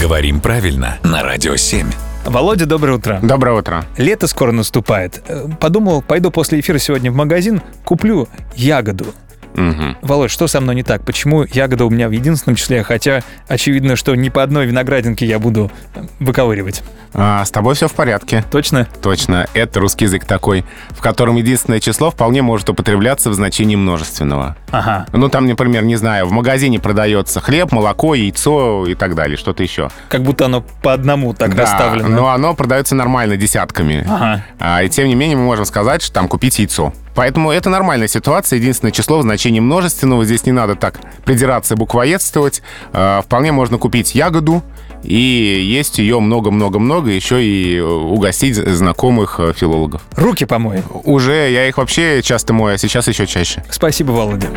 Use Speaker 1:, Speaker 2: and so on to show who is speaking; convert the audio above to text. Speaker 1: Говорим правильно на Радио 7.
Speaker 2: Володя, доброе утро.
Speaker 3: Доброе утро.
Speaker 2: Лето скоро наступает. Э, Подумал, пойду после эфира сегодня в магазин, куплю ягоду.
Speaker 3: Мгм.
Speaker 2: Володь, что со мной не так? Почему ягода у меня в единственном числе, хотя очевидно, что не по одной виноградинке я буду э, выковыривать.
Speaker 3: А, с тобой все в порядке.
Speaker 2: Точно?
Speaker 3: Точно. Это русский язык такой, в котором единственное число вполне может употребляться в значении множественного.
Speaker 2: Ага.
Speaker 3: Ну, там, например, не знаю, в магазине продается хлеб, молоко, яйцо и так далее, что-то еще.
Speaker 2: Как будто оно по одному так расставлено.
Speaker 3: но оно продается нормально десятками.
Speaker 2: Ага.
Speaker 3: А, и тем не менее мы можем сказать, что там купить яйцо. Поэтому это нормальная ситуация. Единственное число в значении множественного. Здесь не надо так придираться и буквоедствовать. А, вполне можно купить ягоду и есть ее много-много-много, еще и э, угостить знакомых э, филологов.
Speaker 2: Руки помой.
Speaker 3: Уже я их вообще часто мою, а сейчас еще чаще.
Speaker 2: Спасибо, Володя.